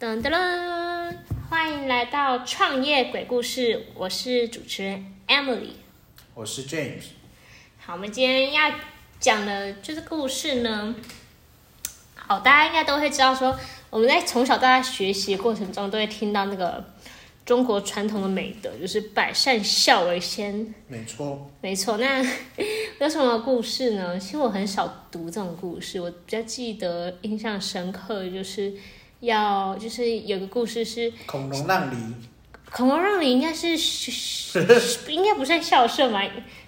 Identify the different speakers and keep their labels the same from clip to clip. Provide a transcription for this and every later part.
Speaker 1: 噔噔噔！欢迎来到创业鬼故事，我是主持人 Emily。
Speaker 2: 我是 James，
Speaker 1: 好，我们今天要讲的就是故事呢。好，大家应该都会知道说，我们在从小到大学习的过程中，都会听到那个中国传统的美德，就是百善孝为先。
Speaker 2: 没错，
Speaker 1: 没错，那 有什么故事呢？其实我很少读这种故事，我比较记得印象深刻的就是要就是有个故事是
Speaker 2: 孔融让梨，
Speaker 1: 恐龙让梨应该 是应该不算孝顺吧，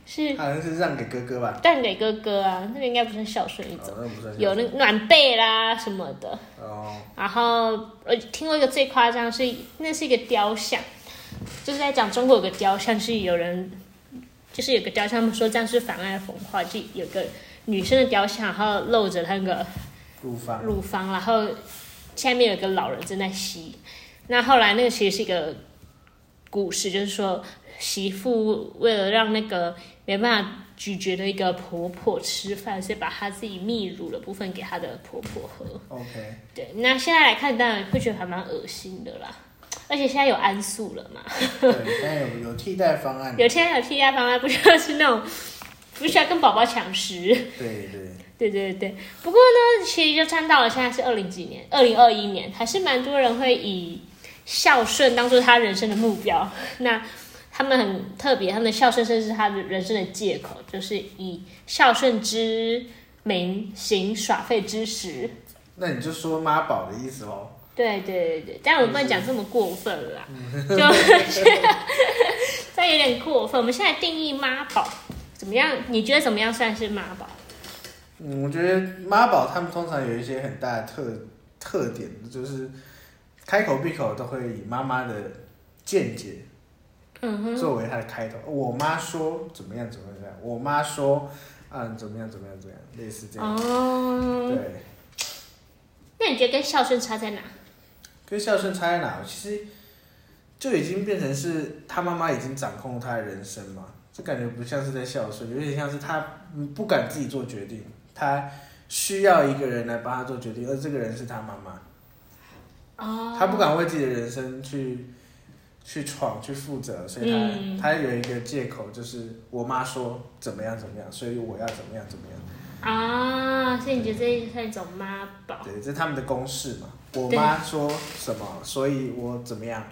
Speaker 1: 是
Speaker 2: 好像是让给哥哥吧？
Speaker 1: 断给哥哥啊，那个应该不算孝顺一种，
Speaker 2: 哦，那不算
Speaker 1: 有那个暖被啦什么的。
Speaker 2: 哦，
Speaker 1: 然后我听过一个最夸张是，那是一个雕像，就是在讲中国有个雕像是有人，就是有个雕像，他们说这样是妨碍风化，就有个女生的雕像，然后露着那个
Speaker 2: 乳房，
Speaker 1: 乳房，然后下面有一个老人正在吸。那后来那个其实是一个故事，就是说媳妇为了让那个没办法咀嚼的一个婆婆吃饭，所以把她自己泌乳的部分给她的婆婆喝。
Speaker 2: OK，
Speaker 1: 对，那现在来看，当然会觉得还蛮恶心的啦。 而且现在有安素了嘛，
Speaker 2: 对，现在有有替代方案，
Speaker 1: 有现在有替代方案，不需要是那种不需要跟宝宝抢食。
Speaker 2: 对对，
Speaker 1: 对对对，不过呢，其实就看到了现在是二零几年，二零二一年，还是蛮多人会以孝顺当做他人生的目标。 那他们很特别，他们的孝顺甚至是他的人生的借口，就是以孝顺之名行耍废之实。
Speaker 2: 那你就说妈宝的意思哦，
Speaker 1: 对对对对，但我不能讲这么过分了啦，
Speaker 2: 嗯
Speaker 1: 就是这有点过分。我们现在定义妈宝怎么样？你觉得怎么样算是妈宝？
Speaker 2: 嗯，我觉得妈宝他们通常有一些很大的特特点，就是开口闭口都会以妈妈的见解
Speaker 1: 嗯哼，
Speaker 2: 作为他的开头，我妈说怎么样怎么样怎么样，我妈说嗯怎么样怎么样怎么样，类似这样，
Speaker 1: 哦，
Speaker 2: 对。
Speaker 1: 那你觉得跟孝顺差在哪？
Speaker 2: 跟孝顺差在哪？其实就已经变成是他妈妈已经掌控他的人生嘛，这感觉不像是在孝顺，有点像是他不敢自己做决定，他需要一个人来帮他做决定，而这个人是他妈妈，
Speaker 1: 哦，
Speaker 2: 他不敢为自己的人生去去闯去负责，所以他、
Speaker 1: 嗯
Speaker 2: 他有一个借口就是我妈说怎么样怎么样，所以我要怎么样怎么样，
Speaker 1: 啊，所以你觉得这算一种妈宝，
Speaker 2: 对，这是他们的公式嘛。我妈说什么，所以我怎么样？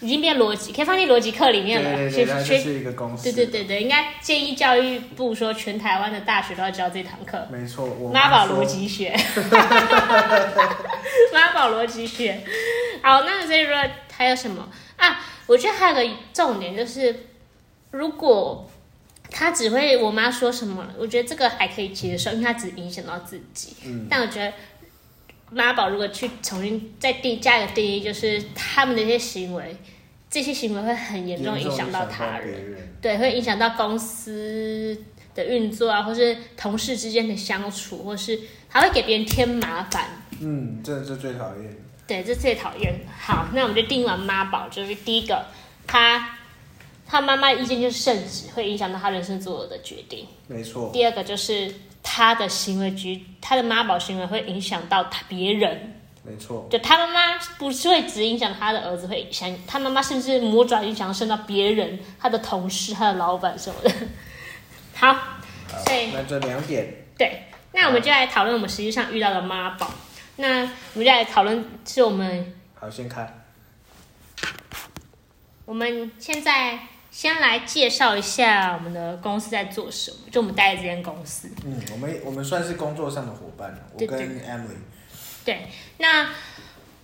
Speaker 1: 已经变逻辑，可以放进逻辑课里
Speaker 2: 对
Speaker 1: 面了。
Speaker 2: 对对，它
Speaker 1: 学
Speaker 2: 就
Speaker 1: 学，
Speaker 2: 是一个公式。
Speaker 1: 对对对对，应该建议教育部说全台湾的大学都要教这堂课。
Speaker 2: 没错，我
Speaker 1: 妈宝
Speaker 2: 说
Speaker 1: 逻，辑 学，妈宝逻辑学。好，那所以说还有什么啊？我觉得还有个重点就是，如果他只会我妈说什么，我觉得这个还可以接受，因为他只影响到自己。
Speaker 2: 嗯，
Speaker 1: 但我觉得妈宝如果去重新再定加一个定义，就是他们的一些行为，这些行为会很严重影响到他人
Speaker 2: 别。人。
Speaker 1: 对，会影响到公司的运作啊，或是同事之间的相处，或是还会给别人添麻烦。
Speaker 2: 嗯，这这最讨厌。
Speaker 1: 对，这最讨厌。好，那我们就定完妈宝，就是第一个，他他妈妈的意见就是圣旨，会影响到他人生所有的决定。
Speaker 2: 没错，
Speaker 1: 第二个就是他的行为举，他的妈宝行为会影响到他别人。
Speaker 2: 没错，
Speaker 1: 就他妈妈不是会只影响他的儿子，会影响他妈妈，甚至魔爪影响渗到别人、他的同事、他的老板什么的。好，
Speaker 2: 好
Speaker 1: 所以
Speaker 2: 那这两点，
Speaker 1: 对，那我们就来讨论我们实际上遇到的妈宝。那我们就来讨论，是我们
Speaker 2: 好，先看。
Speaker 1: 我们现在先来介绍一下我们的公司在做什么，就我们待的这间公司。
Speaker 2: 嗯，我们我们算是工作上的伙伴了，我
Speaker 1: 对
Speaker 2: 跟
Speaker 1: 对
Speaker 2: Emily。
Speaker 1: 对，那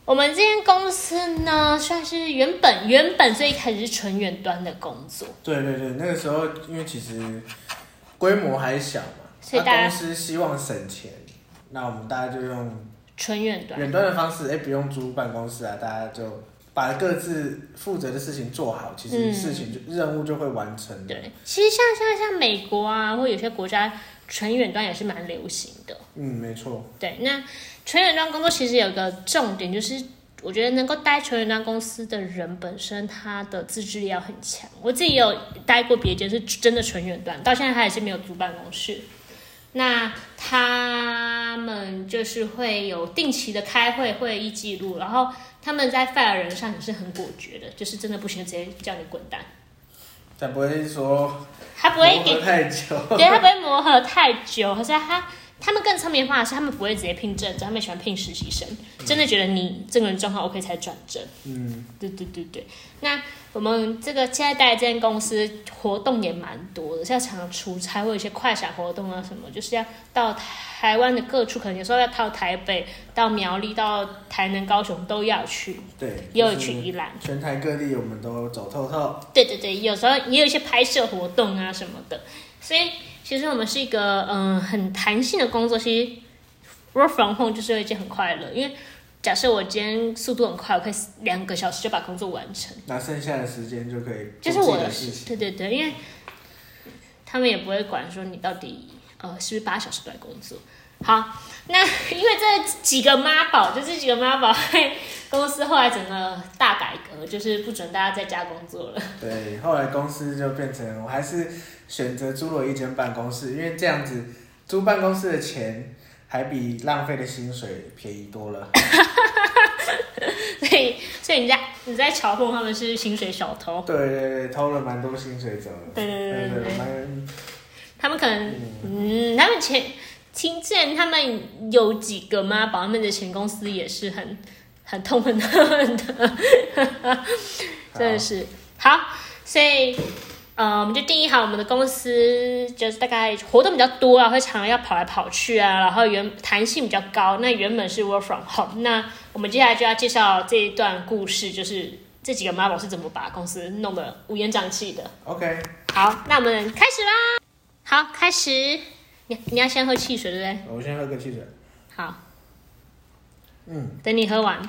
Speaker 1: 我们这间公司呢，算是原本原本最开始是纯远端的工作，
Speaker 2: 对对对，那个时候因为其实规模还小嘛，
Speaker 1: 所以
Speaker 2: 那
Speaker 1: 大家
Speaker 2: 公司希望省钱，那我们大家就用
Speaker 1: 纯远端。
Speaker 2: 远端的方式，哎，不用租办公室啊，大家就把各自负责的事情做好，其实
Speaker 1: 嗯
Speaker 2: 事情就任务就会完成了。
Speaker 1: 对，其实像像像美国啊，或有些国家纯远端也是蛮流行的。
Speaker 2: 嗯，没错，
Speaker 1: 对，那纯远端工作其实有个重点，就是我觉得能够待纯远端公司的人本身，他的自制力要很强。我自己有待过别间是真的纯远端，到现在他也是没有租办公室。那他们就是会有定期的开会会议记录，然后他们在 fire 人上也是很果决的，就是真的不行就直接叫你滚蛋，
Speaker 2: 才不会说
Speaker 1: 他不会
Speaker 2: 磨
Speaker 1: 给
Speaker 2: 合太久。
Speaker 1: 对，他不会磨合太久，可是他他们更聪明的话是，他们不会直接聘正职，他们喜欢聘实习生，真的觉得你这个人状况 OK 才转正。
Speaker 2: 嗯，
Speaker 1: 对对对对，那我们这个现在待的这间公司活动也蛮多的，像常常出差，会有一些快闪活动啊什么，就是要到台湾的各处，可能有时候要到台北、到苗栗、到台南、高雄都要去，
Speaker 2: 对，
Speaker 1: 也有
Speaker 2: 就
Speaker 1: 去
Speaker 2: 是
Speaker 1: 宜兰。
Speaker 2: 全台各地我们都走透透。
Speaker 1: 对对对，有时候也有一些拍摄活动啊什么的，所以其实我们是一个嗯、呃很弹性的工作。其实 work from home 就是一件很快乐，因为假设我今天速度很快，我可以两个小时就把工作完成，
Speaker 2: 那剩下的时间就可以
Speaker 1: 这
Speaker 2: 做
Speaker 1: 是
Speaker 2: 自己
Speaker 1: 我
Speaker 2: 的
Speaker 1: 的
Speaker 2: 事情。
Speaker 1: 对对对，因为他们也不会管说你到底呃是不是八小时都在工作。好，那因为这几个妈宝，就这几个妈宝， 嘿公司后来整个大改革，就是不准大家在家工作了。
Speaker 2: 对，后来公司就变成我还是选择租了一间办公室，因为这样子租办公室的钱还比浪费的薪水便宜多了。
Speaker 1: 所以，所以你在你在嘲讽他们是薪水小偷，
Speaker 2: 对对对，偷了蛮多薪水走了。
Speaker 1: 哦对对对对对
Speaker 2: 蛮
Speaker 1: 他们可能，嗯，他们前听见他们有几个妈宝，他们的前公司也是很很痛很恨的，真的
Speaker 2: 嗯
Speaker 1: 是好，所以。呃，我们就定义好我们的公司，就是大概活动比较多啊，会常常要跑来跑去啊，然后原弹性比较高。那原本是 work from home，那我们接下来就要介绍这一段故事，就是这几个妈宝是怎么把公司弄得乌烟瘴气的。
Speaker 2: OK，
Speaker 1: 好，那我们开始啦！好，开始。你你要先喝汽水，对不对？
Speaker 2: 我先喝个汽水。
Speaker 1: 好，
Speaker 2: 嗯，
Speaker 1: 等你喝完。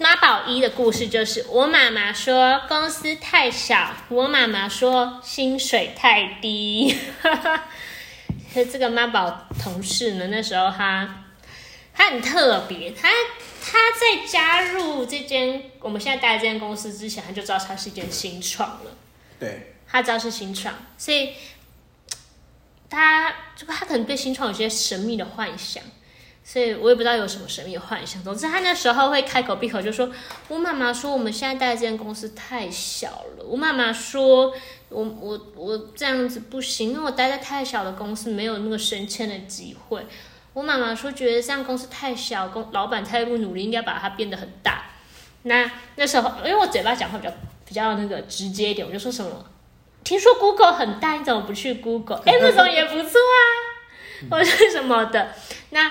Speaker 1: 妈宝一的故事就是，我妈妈说公司太小，我妈妈说薪水太低。 可是这个妈宝同事呢，那时候他他很特别，他他在加入这间我们现在待的这间公司之前，他就知道它是一间新创了。
Speaker 2: 对，
Speaker 1: 他知道是新创，所以他就他可能对新创有些神秘的幻想，所以我也不知道有什么神秘的幻想。总之，他那时候会开口闭口就说：“我妈妈说我们现在待的这间公司太小了，我妈妈说我我我这样子不行，因为我待在太小的公司没有那个升迁的机会。”我妈妈说，觉得这样公司太小，公老板太不努力，应该把它变得很大。那那时候，因为我嘴巴讲话比较比较那个直接一点，我就说什么听说 Google 很大，你怎么不去哎 Google？Amazon 也不错啊， 或是什么的。那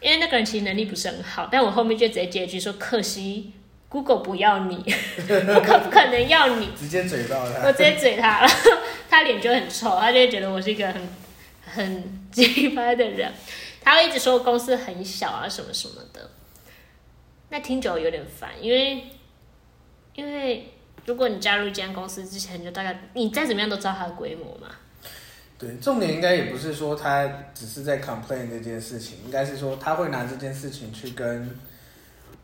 Speaker 1: 因为那个人其实能力不是很好，但我后面就直接接一句说：“可惜 Google 不要你， 不可不可能要你。”
Speaker 2: 直接嘴爆
Speaker 1: 我
Speaker 2: 他。
Speaker 1: 直接嘴他了， 他脸就很臭，他就会觉得我是一个很很鸡掰的人，他会一直说公司很小啊什么什么的。那听久了有点烦，因为因为如果你加入一间公司之前，你就大概你再怎么样都知道它的规模嘛。
Speaker 2: 对，重点应该也不是说他只是在 complain 这件事情，应该是说他会拿这件事情去跟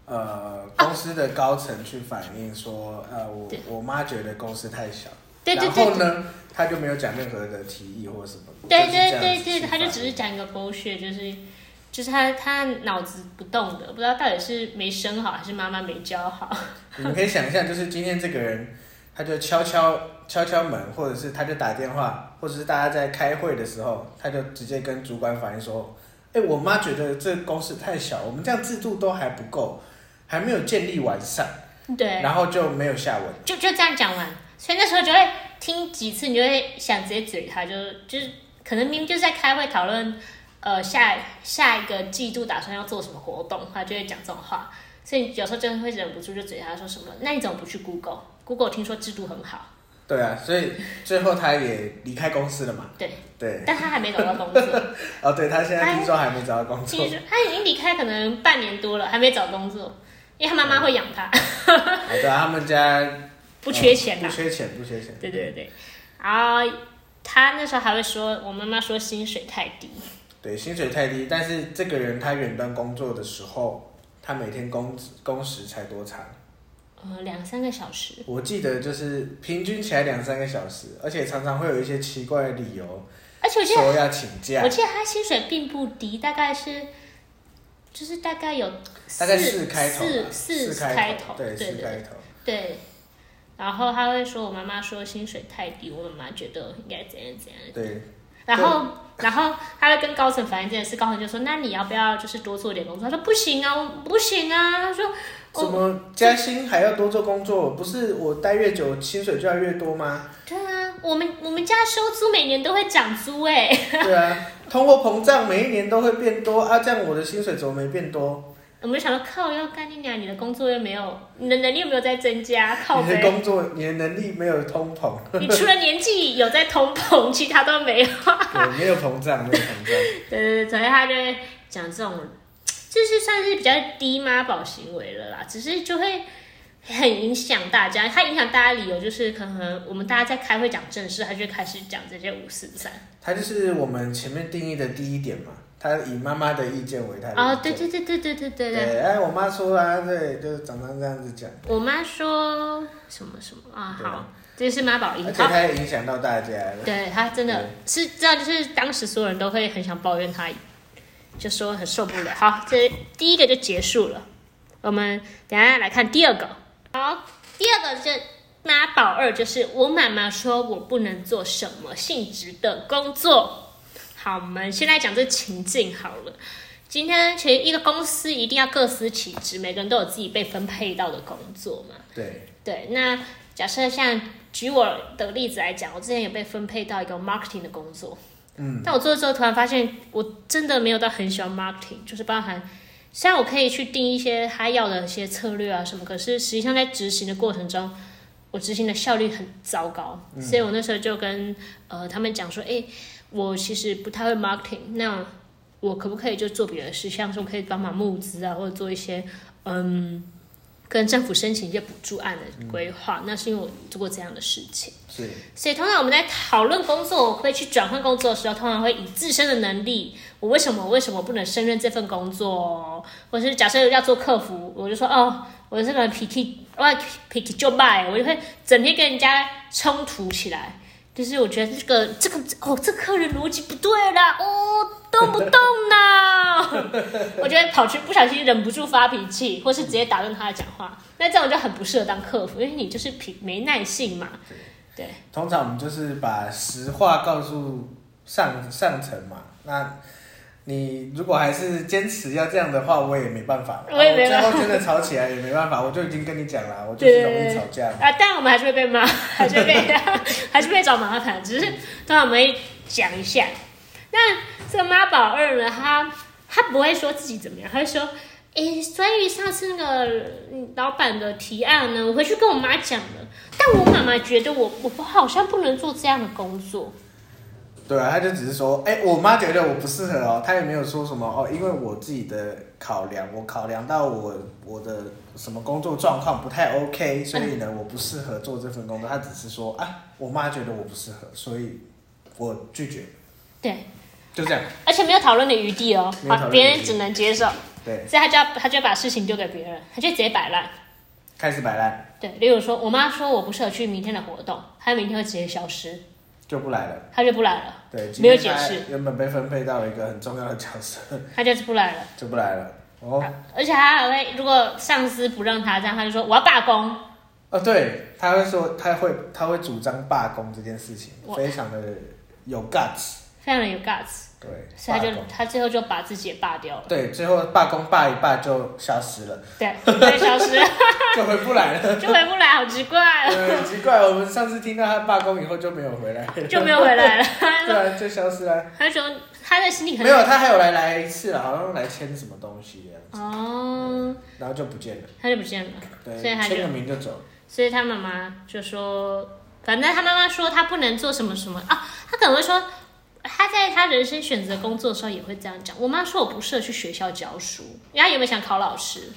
Speaker 2: 呃公司的高层去反映说，呃，我
Speaker 1: 对
Speaker 2: 我妈觉得公司太小，
Speaker 1: 对对
Speaker 2: 然
Speaker 1: 对
Speaker 2: 后呢，他就没有讲任何的提议或什么，
Speaker 1: 对
Speaker 2: 就是这样
Speaker 1: 对
Speaker 2: 子
Speaker 1: 对对，
Speaker 2: 去
Speaker 1: 他就
Speaker 2: 反
Speaker 1: 只是
Speaker 2: 映
Speaker 1: 讲一个 bullshit，就是就是他他脑子不动的，不知道到底是没生好还是妈妈没教好。
Speaker 2: 你们可以想象，就是今天这个人，他就敲敲敲敲门，或者是他就打电话，或者是大家在开会的时候，他就直接跟主管反映说：“哎、我妈觉得这公司太小，我们这样制度都还不够，还没有建立完善，
Speaker 1: 对，
Speaker 2: 然后就没有下文。
Speaker 1: 就就这样讲完，所以那时候就会听几次，你就会想直接嘴他，就就是可能明明就是在开会讨论，呃下下一个季度打算要做什么活动，他就会讲这种话，所以有时候真的会忍不住就嘴他说什么，那你怎么不去 Google？Google 听说制度很好，”
Speaker 2: 对啊，所以最后他也离开公司了嘛。
Speaker 1: 对，
Speaker 2: 对，
Speaker 1: 但他还没找到工作，
Speaker 2: 哦，对他现在听说还没找到工
Speaker 1: 其
Speaker 2: 作，
Speaker 1: 实他已经离开可能半年多了，还没找工作，因为他妈妈会养他，
Speaker 2: 哦对啊，他们家
Speaker 1: 哎不缺钱啊
Speaker 2: 不
Speaker 1: 啦。
Speaker 2: 缺钱，不缺钱。
Speaker 1: 对对对，然后他那时候还会说，我妈妈说薪水太低。
Speaker 2: 对，薪水太低，但是这个人他远端工作的时候，他每天工工时才多长？
Speaker 1: 呃，两三个小时。
Speaker 2: 我记得就是平均起来两三个小时，而且常常会有一些奇怪的理由
Speaker 1: 而且我记得，
Speaker 2: 说要请假
Speaker 1: 我。记得他薪水并不低，大概是就是大概有
Speaker 2: 大概
Speaker 1: 四
Speaker 2: 开头吧，
Speaker 1: 四
Speaker 2: 四
Speaker 1: 四头，
Speaker 2: 对，
Speaker 1: 对对
Speaker 2: 四开
Speaker 1: 对
Speaker 2: 头。
Speaker 1: 对。然后他会说我妈妈说薪水太低，我妈妈觉得应该怎样怎样。
Speaker 2: 对，
Speaker 1: 然后，然后他会跟高层反映这件事，高层就说：“那你要不要就是多做点工作？”他说：“不行啊，我不行啊。”他说
Speaker 2: 什么加薪还要多做工作？不是我待越久薪水就要越多吗？：“
Speaker 1: 对啊，我们我们家收租每年都会涨租哎、
Speaker 2: 对啊，通货膨胀每一年都会变多啊，这样我的薪水怎么没变多？
Speaker 1: 我们就想说靠，要干你娘！你的工作又没有，你的能力又没有在增加，靠
Speaker 2: 你的
Speaker 1: 呗。
Speaker 2: 工作，你的能力没有通膨，
Speaker 1: 你除了年纪有在通膨，其他都没有。
Speaker 2: 对，没有膨胀，没有膨胀。
Speaker 1: 对对对，所以他就会讲这种，就是算是比较低妈宝行为了啦，只是就会很影响大家。他影响大家的理由就是，可能我们大家在开会讲正事，他就开始讲这些五四三。
Speaker 2: 它就是我们前面定义的第一点嘛，它以妈妈的意见为他的
Speaker 1: 哦
Speaker 2: 意，
Speaker 1: 对
Speaker 2: 见
Speaker 1: 对对对对对对对，
Speaker 2: 对，哎，我妈说啊，对，就是常常这样子讲，
Speaker 1: 我妈说什么什么啊？
Speaker 2: 对
Speaker 1: 好，这是妈宝音
Speaker 2: 而。
Speaker 1: 嗯
Speaker 2: 且
Speaker 1: 好
Speaker 2: 它也影响到大家了。
Speaker 1: 对他真的是这样，就是当时所有人都会很想抱怨他，就说很受不了。好，这第一个就结束了，我们等一下来看第二个。好，第二个就妈宝二，就是我妈妈说我不能做什么性质的工作。好，我们先来讲这情境好了。今天其实一个公司一定要各司其职，每个人都有自己被分配到的工作嘛。
Speaker 2: 对，
Speaker 1: 对，那假设像举我的例子来讲，我之前也被分配到一个 marketing 的工作，
Speaker 2: 嗯，
Speaker 1: 但我做了之后突然发现，我真的没有到很喜欢 marketing，就是包含虽然我可以去定一些他要的一些策略啊什么，可是实际上在执行的过程中，我执行的效率很糟糕，所以我那时候就跟呃他们讲说，哎、我其实不太会 marketing，那我可不可以就做别的事，像是我可以帮忙募资啊，或者做一些嗯跟政府申请一些补助案的规划，那是因为我做过这样的事情。
Speaker 2: 是，
Speaker 1: 所以通常我们在讨论工作，我会去转换工作的时候，通常会以自身的能力，我为什么为什么不能胜任这份工作？哦或是假设要做客服，我就说哦，我这个人脾气，哇脾气就卖，我就会整天跟人家冲突起来。就是我觉得这个这个哦，这客人逻辑不对啦，哦，动不动呢， 我就会跑去不小心忍不住发脾气，或是直接打断他的讲话。那这样我就很不适合当客服，因为你就是脾没耐性嘛。对，
Speaker 2: 通常我们就是把实话告诉上上层嘛，那。你如果还是坚持要这样的话，我也没办法。
Speaker 1: 我也没办法
Speaker 2: 最后真的吵起来也没办法，我就已经跟你讲了，我就是容易吵架。
Speaker 1: 啊，但我们还是会被骂，还是会被还是会找麻烦，只是通常我们会讲一下。那这个妈宝二呢，他他不会说自己怎么样，他会说，诶，所以上次那个嗯老板的提案呢，我回去跟我妈讲了，但我妈妈觉得我我好像不能做这样的工作，
Speaker 2: 对啊，他就只是说，哎、我妈觉得我不适合哦，她也没有说什么哦，因为我自己的考量，我考量到我我的什么工作状况不太 OK，所以呢，我不适合做这份工作。她只是说啊，我妈觉得我不适合，所以我拒绝，
Speaker 1: 对，
Speaker 2: 就这样。
Speaker 1: 而且没有讨论的余地哦
Speaker 2: 没有讨，论的余地
Speaker 1: 别人只能接受，
Speaker 2: 对，
Speaker 1: 所以他就要他就要把事情丢给别人，他就直接摆烂。
Speaker 2: 开始摆烂
Speaker 1: 对，例如说，我妈说我不适合去明天的活动，她明天会直接消失，
Speaker 2: 就不来了。
Speaker 1: 她就不来了，
Speaker 2: 对，今
Speaker 1: 没有
Speaker 2: 天她
Speaker 1: 解释
Speaker 2: 原本被分配到一个很重要的角色，
Speaker 1: 她就是不来了。
Speaker 2: 就不来了。哦
Speaker 1: 而且她还会，如果上司不让她这样，她就说我要罢工。
Speaker 2: 哦，对，她会说，她会，她会主张罢工这件事情，
Speaker 1: 我
Speaker 2: 非常的有 guts。
Speaker 1: 非常的有 guts，
Speaker 2: 对，
Speaker 1: 所以她
Speaker 2: 罢
Speaker 1: 就
Speaker 2: 工
Speaker 1: 她最后就把自己也罢掉了，
Speaker 2: 对，最后罢工罢一罢就消失了，
Speaker 1: 对，她就消失了，
Speaker 2: 就回不来了。
Speaker 1: 就回不来，好奇怪哦，
Speaker 2: 对，奇怪，我们上次听到他罢工以后就没有回来，
Speaker 1: 就没有回来了。
Speaker 2: 对啊，就消失了。
Speaker 1: 她就说她的心里可
Speaker 2: 没
Speaker 1: 能
Speaker 2: 有，他还有来来一次了，好像来签什么东西的，
Speaker 1: 哦，
Speaker 2: 然后就不见了。
Speaker 1: 她就不见了，
Speaker 2: 对，
Speaker 1: 所以他就
Speaker 2: 签个名就走。
Speaker 1: 所以她妈妈就说，反正她妈妈说她不能做什么什么啊，她可能会说，她在她人生选择工作的时候也会这样讲。我妈说我不适合去学校教书，因为她原本想考老师，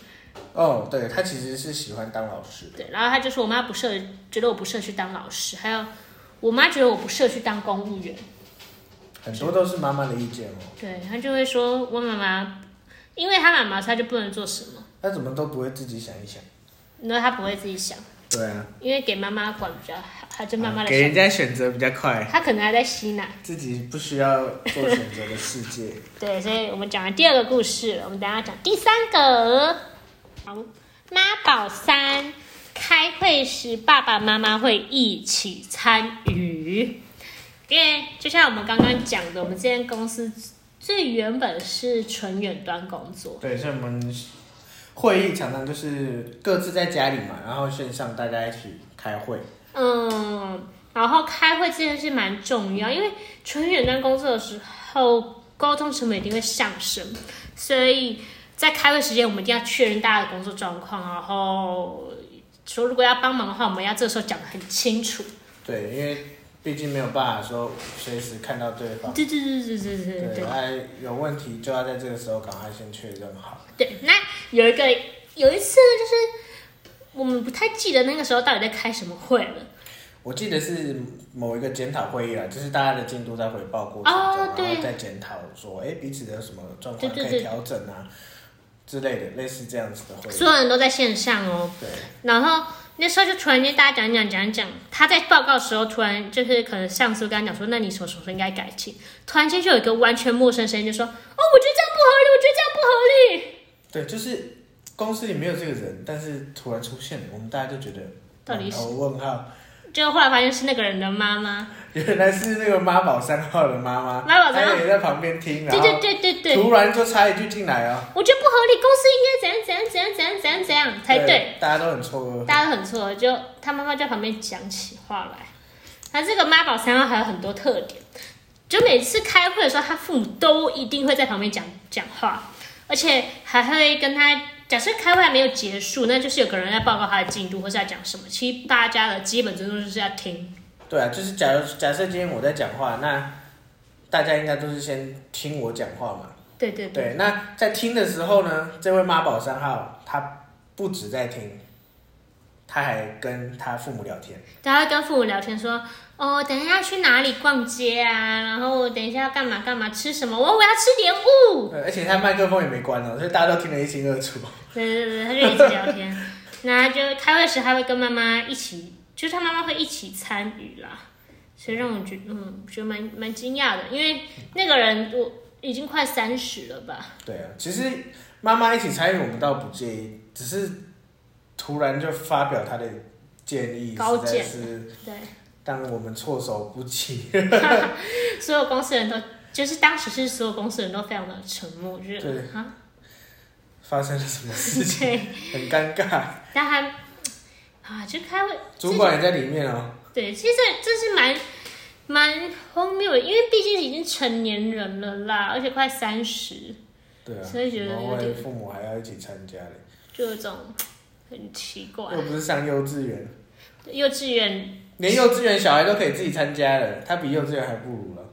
Speaker 2: 哦，对他其实是喜欢当老师的，
Speaker 1: 对，然后她就说我妈不适合，觉得我不适合去当老师，还有我妈觉得我不适合去当公务员，
Speaker 2: 很多都是妈妈的意见哦。
Speaker 1: 对，她就会说我妈妈，因为她妈妈她就不能做什么，
Speaker 2: 他怎么都不会自己想一想，
Speaker 1: 然后她不会自己想，
Speaker 2: 对啊，
Speaker 1: 因为给妈妈管比较好，他就妈妈的
Speaker 2: 给人
Speaker 1: 想法。
Speaker 2: 家选择比较快，
Speaker 1: 他可能还在吸奶，
Speaker 2: 自己不需要做选择的世界。
Speaker 1: 对，所以我们讲完第二个故事，我们等一下讲第三个。好，妈宝三，开会时爸爸妈妈会一起参与，因为就像我们刚刚讲的，我们这间公司最原本是纯远端工作，
Speaker 2: 对，所以我们会议常常就是各自在家里嘛，然后线上大家一起开会。
Speaker 1: 嗯，然后开会这件事蛮重要，因为纯远端工作的时候，沟通成本一定会上升，所以在开会时间，我们一定要确认大家的工作状况，然后说如果要帮忙的话，我们要这个时候讲的很清楚。
Speaker 2: 对，因为毕竟没有办法说随时看到对方。
Speaker 1: 对对对对对对对
Speaker 2: 对，哎，有问题就要在这个时候赶快先确认好。
Speaker 1: 对，那有一个有一次呢，就是我们不太记得那个时候到底在开什么会了。
Speaker 2: 我记得是某一个检讨会议啦，就是大家的进度在回报过程中，
Speaker 1: 哦
Speaker 2: 然
Speaker 1: 对
Speaker 2: 后再检讨说，哎，彼此的有什么状
Speaker 1: 对
Speaker 2: 况
Speaker 1: 对
Speaker 2: 可
Speaker 1: 对
Speaker 2: 以调整啊之类的，类似这样子的会议。
Speaker 1: 所有人都在线上哦，
Speaker 2: 对，
Speaker 1: 然后那时候就突然间大家讲讲讲讲，他在报告的时候突然就是可能上司跟他讲说，那你什么什么时候应该改进？突然间就有一个完全陌生声音就说，哦，我觉得这样不合理，我觉得这样不合理。
Speaker 2: 对，就是公司里没有这个人，但是突然出现了，我们大家就觉得
Speaker 1: 到底是
Speaker 2: 满头问号，
Speaker 1: 结果后来发现是那个人的妈妈，
Speaker 2: 原来是那个妈宝三号的妈妈，
Speaker 1: 妈宝三号
Speaker 2: 她也在旁边听，然
Speaker 1: 对
Speaker 2: 后
Speaker 1: 对对对对，
Speaker 2: 突然就插一句进来哦，
Speaker 1: 我觉得不合理，公司应该怎样怎样怎样怎样怎样怎样才对。，
Speaker 2: 大家都很错愕。
Speaker 1: 大家都很错，就他妈妈在旁边讲起话来。他这个妈宝三号还有很多特点，就每次开会的时候，他父母都一定会在旁边讲讲话，而且还会跟他。呃假设开会还没有结束，那就是有个人在啊报告他的进度或是要讲什么。其实大家的基本尊重就是要听，
Speaker 2: 对啊，就是假如假设今天我在讲话，那大家应该都是先听我讲话嘛。
Speaker 1: 对对对，
Speaker 2: 对，那在听的时候呢，这位妈宝三号他不止在听，他还跟他父母聊天。
Speaker 1: 他会跟父母聊天说：“哦，等一下去哪里逛街啊？然后等一下要干嘛干嘛，吃什么？我我要吃莲雾。”
Speaker 2: 对，而且他麦克风也没关哦，所以大家都听得一清二楚。
Speaker 1: 对对对，他就一直聊天。 那就开会时，他会跟妈妈一起，就是他妈妈会一起参与啦，所以让我觉得，嗯，觉得蛮蛮惊讶的，因为那个人我已经快三十了吧，
Speaker 2: 对啊，其实妈妈一起参与我们倒不介意，只是突然就发表他的建议，
Speaker 1: 高
Speaker 2: 实在
Speaker 1: 见
Speaker 2: 是
Speaker 1: 对，
Speaker 2: 让我们措手不及。
Speaker 1: 所有公司人都，就是当时是所有公司人都非常的沉默，就是
Speaker 2: 对
Speaker 1: 啊，
Speaker 2: 发生了什么事情？
Speaker 1: 对，
Speaker 2: 很尴 尬，
Speaker 1: 但他啊，就开会，
Speaker 2: 主管也在里面哦。
Speaker 1: 对，其实这是蛮蛮荒谬的，因为毕竟已经成年人了啦，而且快三十。
Speaker 2: 对啊，
Speaker 1: 所以觉得
Speaker 2: 然后
Speaker 1: 有点
Speaker 2: 为父母还要一起参加嘞，
Speaker 1: 就有一种很奇怪
Speaker 2: 又。不是上幼稚园，
Speaker 1: 幼稚园
Speaker 2: 连幼稚园小孩都可以自己参加了，他比幼稚园还不如了。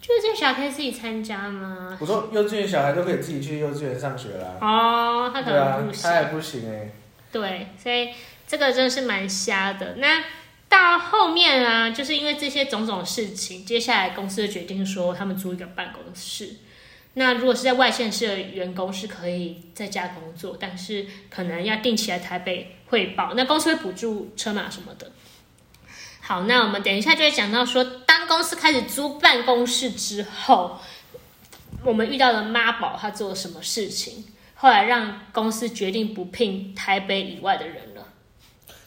Speaker 1: 就是这个小孩可以自己参加吗？
Speaker 2: 我说幼稚园小孩都可以自己去幼稚园上学啦，
Speaker 1: 哦，他可
Speaker 2: 对
Speaker 1: 能
Speaker 2: 啊
Speaker 1: 不，行。
Speaker 2: 他还不行哎、
Speaker 1: 对，所以这个真的是蛮瞎的。那到后面啊，就是因为这些种种事情，接下来公司就决定说他们租一个办公室。那如果是在外县市的员工是可以在家工作，但是可能要定期来台北汇报。那公司会补助车马什么的。好，那我们等一下就会讲到说，当公司开始租办公室之后，我们遇到了妈宝，他做了什么事情？后来让公司决定不聘台北以外的人了，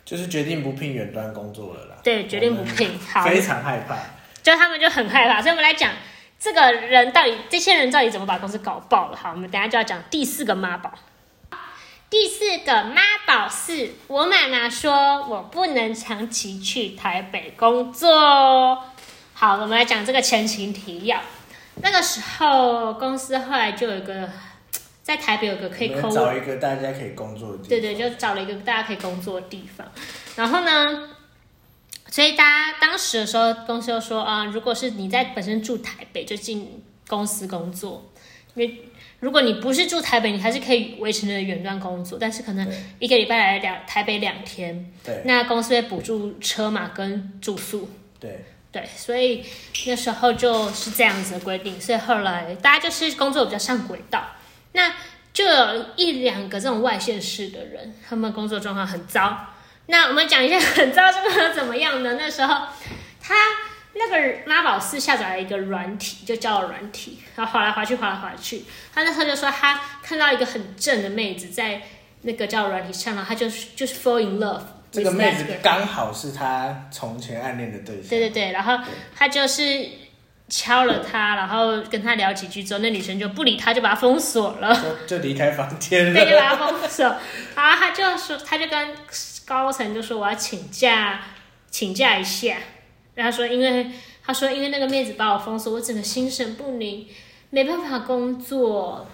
Speaker 2: 就是决定不聘远端工作了啦。
Speaker 1: 对，决定不聘。 好，
Speaker 2: 非常害怕。
Speaker 1: 就他们就很害怕，所以我们来讲这个人到底，这些人到底怎么把公司搞爆了。好，我们等一下就要讲第四个妈宝。第四个妈宝是，我妈妈说我不能长期去台北工作哦。好，我们来讲这个前情提要。那个时候，公司后来就有一个在台北有个可以
Speaker 2: 我们
Speaker 1: 扣
Speaker 2: 找一个大家可以工作的地方。
Speaker 1: 对对，就找了一个大家可以工作的地方。然后呢，所以大家当时的时候，公司就说啊、如果是你在本身住台北，就进公司工作，因为。如果你不是住台北，你还是可以维持你的远端工作，但是可能
Speaker 2: 对
Speaker 1: 一个礼拜来两台北两天，
Speaker 2: 对
Speaker 1: 那公司会补助车马跟住宿，
Speaker 2: 对
Speaker 1: 对，所以那时候就是这样子的规定，所以后来大家就是工作比较上轨道，那就有一两个这种外县市的人，他们工作状况很糟，那我们讲一下很糟这个怎么样呢？那时候他那个妈宝四下载了一个软体，就交友软体，然后滑来滑去，滑来滑去。他那时候就说他看到一个很正的妹子在那个交友软体上，然后他就是就是 fall in love。
Speaker 2: 这个妹子刚好是他从前暗恋的对象。
Speaker 1: 对对对，然后他就是敲了她，然后跟她聊几句之后，那女生就不理他，就把他封锁了。
Speaker 2: 就就离开房间
Speaker 1: 哦对，就
Speaker 2: 了。
Speaker 1: 把他封锁。然后他就说，他就跟高层就说我要请假，请假一下。然后他说，因为他说因为那个妹子把我封锁，我整个心神不宁，没办法工作。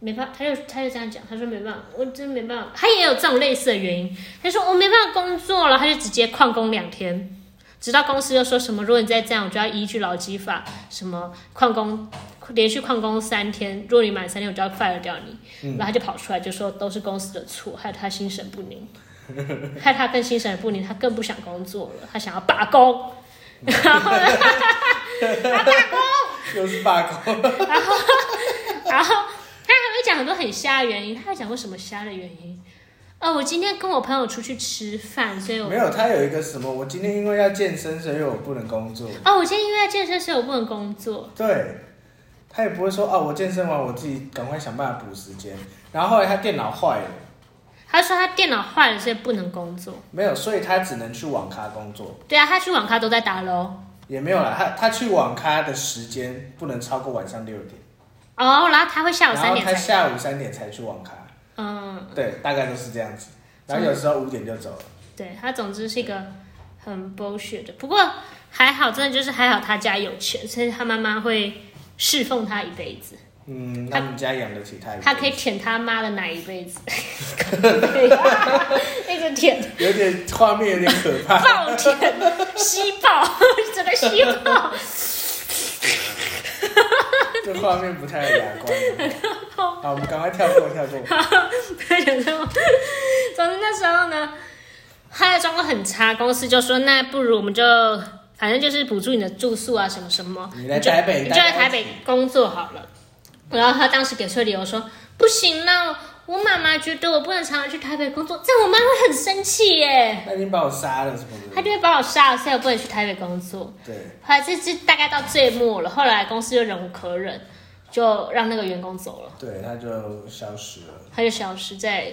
Speaker 1: 没办法，他就他就这样讲，他说没办法，我真没办法。他也有这种类似的原因，他就说我没办法工作了，他就直接旷工两天，直到公司又说什么，如果你再这样，我就要依据劳基法什么旷工连续旷工三天，如果你满三天，我就要 fire 掉你。
Speaker 2: 嗯
Speaker 1: 然后他就跑出来就说都是公司的错，害他心神不宁， 害他更心神不宁，他更不想工作了，他想要罢工。
Speaker 2: 嗯
Speaker 1: 然后呢，
Speaker 2: 又是 罢工，
Speaker 1: 然后他还会讲很多很瞎的原因，他还讲过什么瞎的原因？哦，我今天跟我朋友出去吃饭，所以我
Speaker 2: 没有他有一个什么？我今天因为要健身，所以我不能工作。
Speaker 1: 哦，我今天因为要健身，所以我不能工作。
Speaker 2: 对，他也不会说啊，我健身完我自己赶快想办法补时间。然后后来他电脑坏了，
Speaker 1: 他说他电脑坏了，所以不能工作。
Speaker 2: 没有，所以他只能去网咖工作。
Speaker 1: 对啊，他去网咖都在打喽。
Speaker 2: 也没有啦，他他去网咖的时间不能超过晚上六点，
Speaker 1: 哦，然后他会下午
Speaker 2: 然
Speaker 1: 三
Speaker 2: 后
Speaker 1: 点
Speaker 2: 他
Speaker 1: 才，
Speaker 2: 下午三点才去网咖，
Speaker 1: 嗯，
Speaker 2: 对，大概都是这样子。然后有时候五点就走了，
Speaker 1: 对他，总之是一个很 bullshit 的。不过还好，真的就是还好他家有钱，所以他妈妈会侍奉他一辈子，
Speaker 2: 嗯，他们家养得起他一辈子，
Speaker 1: 他可以舔他妈的奶一辈子， 一直舔，
Speaker 2: 有点画面有点可 怕，
Speaker 1: 暴舔，吸爆， 整个吸爆，
Speaker 2: 这画面不太雅 观。好，我们赶快跳过跳 过。
Speaker 1: 对然后总之那时候呢，他的状况很差，公司就说那不如我们就反正就是补助你的住宿啊什么什么，
Speaker 2: 你来台北
Speaker 1: 你就你就来
Speaker 2: 大家
Speaker 1: 台北工作好了。然后他当时给出的理由说不行啦，我妈妈觉得我不能常常去台北工作，这样我妈会很生气耶，
Speaker 2: 他已经把我杀了什么
Speaker 1: 她
Speaker 2: 的，
Speaker 1: 就会把我杀了，所以我不能去台北工作。
Speaker 2: 对，
Speaker 1: 后来这这大概到最末了，后来公司就忍无可忍，就让那个员工走了，
Speaker 2: 对，他就消失了，
Speaker 1: 他就消失在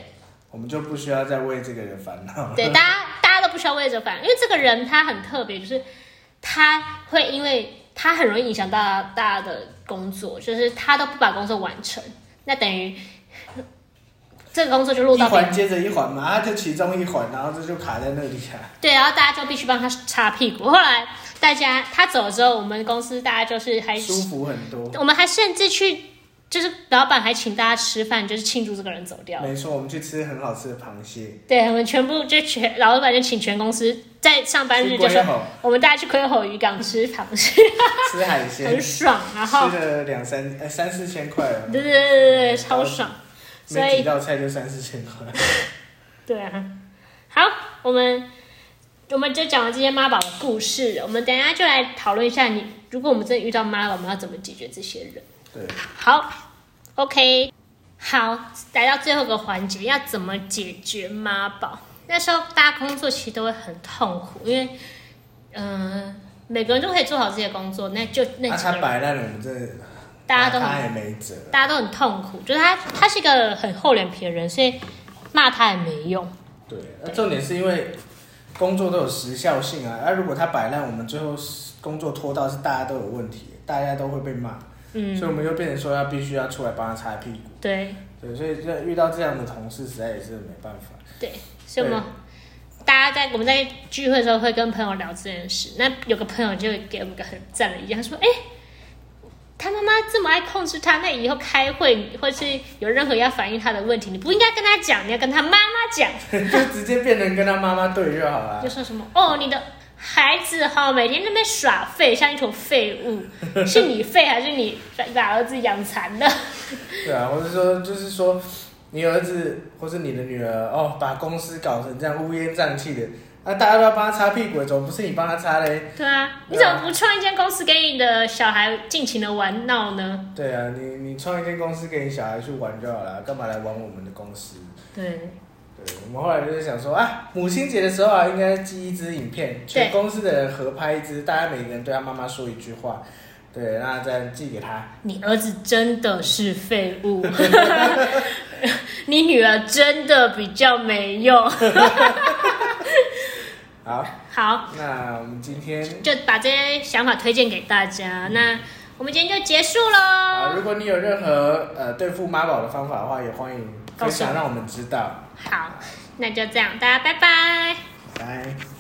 Speaker 2: 我们就不需要再为这个人烦恼了。
Speaker 1: 对，大家大家都不需要为这反，因为这个人他很特别，就是他会因为他很容易影响到大家的工作，就是他都不把工作完成，那等于这个工作就落
Speaker 2: 一
Speaker 1: 到别人
Speaker 2: 环接着一环嘛，他就其中一环，然后这就卡在那里啊。
Speaker 1: 对，然后大家就必须帮他擦屁股。后来大家他走了之后，我们公司大家就是还
Speaker 2: 舒服很多。
Speaker 1: 我们还甚至去就是老板还请大家吃饭，就是庆祝这个人走掉。
Speaker 2: 没错，我们去吃很好吃的螃蟹，
Speaker 1: 对，我们全部就全老板就请全公司在上班日
Speaker 2: 去
Speaker 1: 就
Speaker 2: 龟
Speaker 1: 说，
Speaker 2: 吼，
Speaker 1: 我们大家去龟吼渔港吃螃蟹。
Speaker 2: 吃海鲜
Speaker 1: 很，爽，然后
Speaker 2: 吃了两三呃三四千块了，
Speaker 1: 对对对对对，超爽，所
Speaker 2: 每几
Speaker 1: 以
Speaker 2: 道菜就三四千块。
Speaker 1: 对啊，好，我们我们就讲了这些妈宝的故事，我们等一下就来讨论一下你，如果我们真的遇到妈宝，我们要怎么解决这些人？
Speaker 2: 对，
Speaker 1: 好，OK，好，来到最后一个环节，要怎么解决妈宝？那时候大家工作其实都会很痛苦，因为嗯、呃每个人都可以做好自己的工作，那就那
Speaker 2: 那
Speaker 1: 几个
Speaker 2: 啊他啊
Speaker 1: 人，
Speaker 2: 摆烂了，我们这
Speaker 1: 大家都很
Speaker 2: 他也没辙。
Speaker 1: 大家都很痛苦，就是他他是一个很厚脸皮的人，所以骂他也没用。
Speaker 2: 对，那重点是因为工作都有时效性啊，而、如果他摆烂，我们最后工作拖到是大家都有问题，大家都会被骂，
Speaker 1: 嗯，
Speaker 2: 所以我们就变成说要必须要出来帮他擦屁股。
Speaker 1: 对
Speaker 2: 对，所以这遇到这样的同事，实在也是没办法。
Speaker 1: 对，所以我们大家在我们在聚会的时候会跟朋友聊这件事。那有个朋友就给我们一个很赞的意见，他说：“哎、他妈妈这么爱控制他，那以后开会或是有任何要反映他的问题，你不应该跟他讲，你要跟他妈妈讲。”
Speaker 2: 就直接变成跟他妈妈对就好了
Speaker 1: 就。说什么哦，你的孩子哈、每天在那边耍废，像一坨废物，是你废还是你把把儿子养残了？
Speaker 2: 对啊，或者说就是说，你儿子或是你的女儿哦，把公司搞成这样乌烟瘴气的，那、大家都要帮他擦屁股，怎么不是你帮他擦嘞？
Speaker 1: 对啊，你
Speaker 2: 对
Speaker 1: 怎
Speaker 2: 啊
Speaker 1: 么不创一间公司给你的小孩尽情的玩闹呢？
Speaker 2: 对啊，你你创一间公司给你小孩去玩就好了，干嘛来玩我们的公司？
Speaker 1: 对，
Speaker 2: 对，对，我们后来就是想说啊，母亲节的时候啊，应该寄一支影片，全公司的人合拍一支，大家每个人对他妈妈说一句话，对，然后再寄给他。
Speaker 1: 你儿子真的是废 物，你女儿真的比较没用。
Speaker 2: 好，
Speaker 1: 好，
Speaker 2: 那我们今天
Speaker 1: 就把这些想法推荐给大家。那我们今天就结束
Speaker 2: 啊、
Speaker 1: 喽。
Speaker 2: 如果你有任何呃对付妈宝的方法的话，也欢迎分
Speaker 1: 告诉我
Speaker 2: 享，让我们知道。
Speaker 1: 好，那就这样，大家拜拜。
Speaker 2: 拜。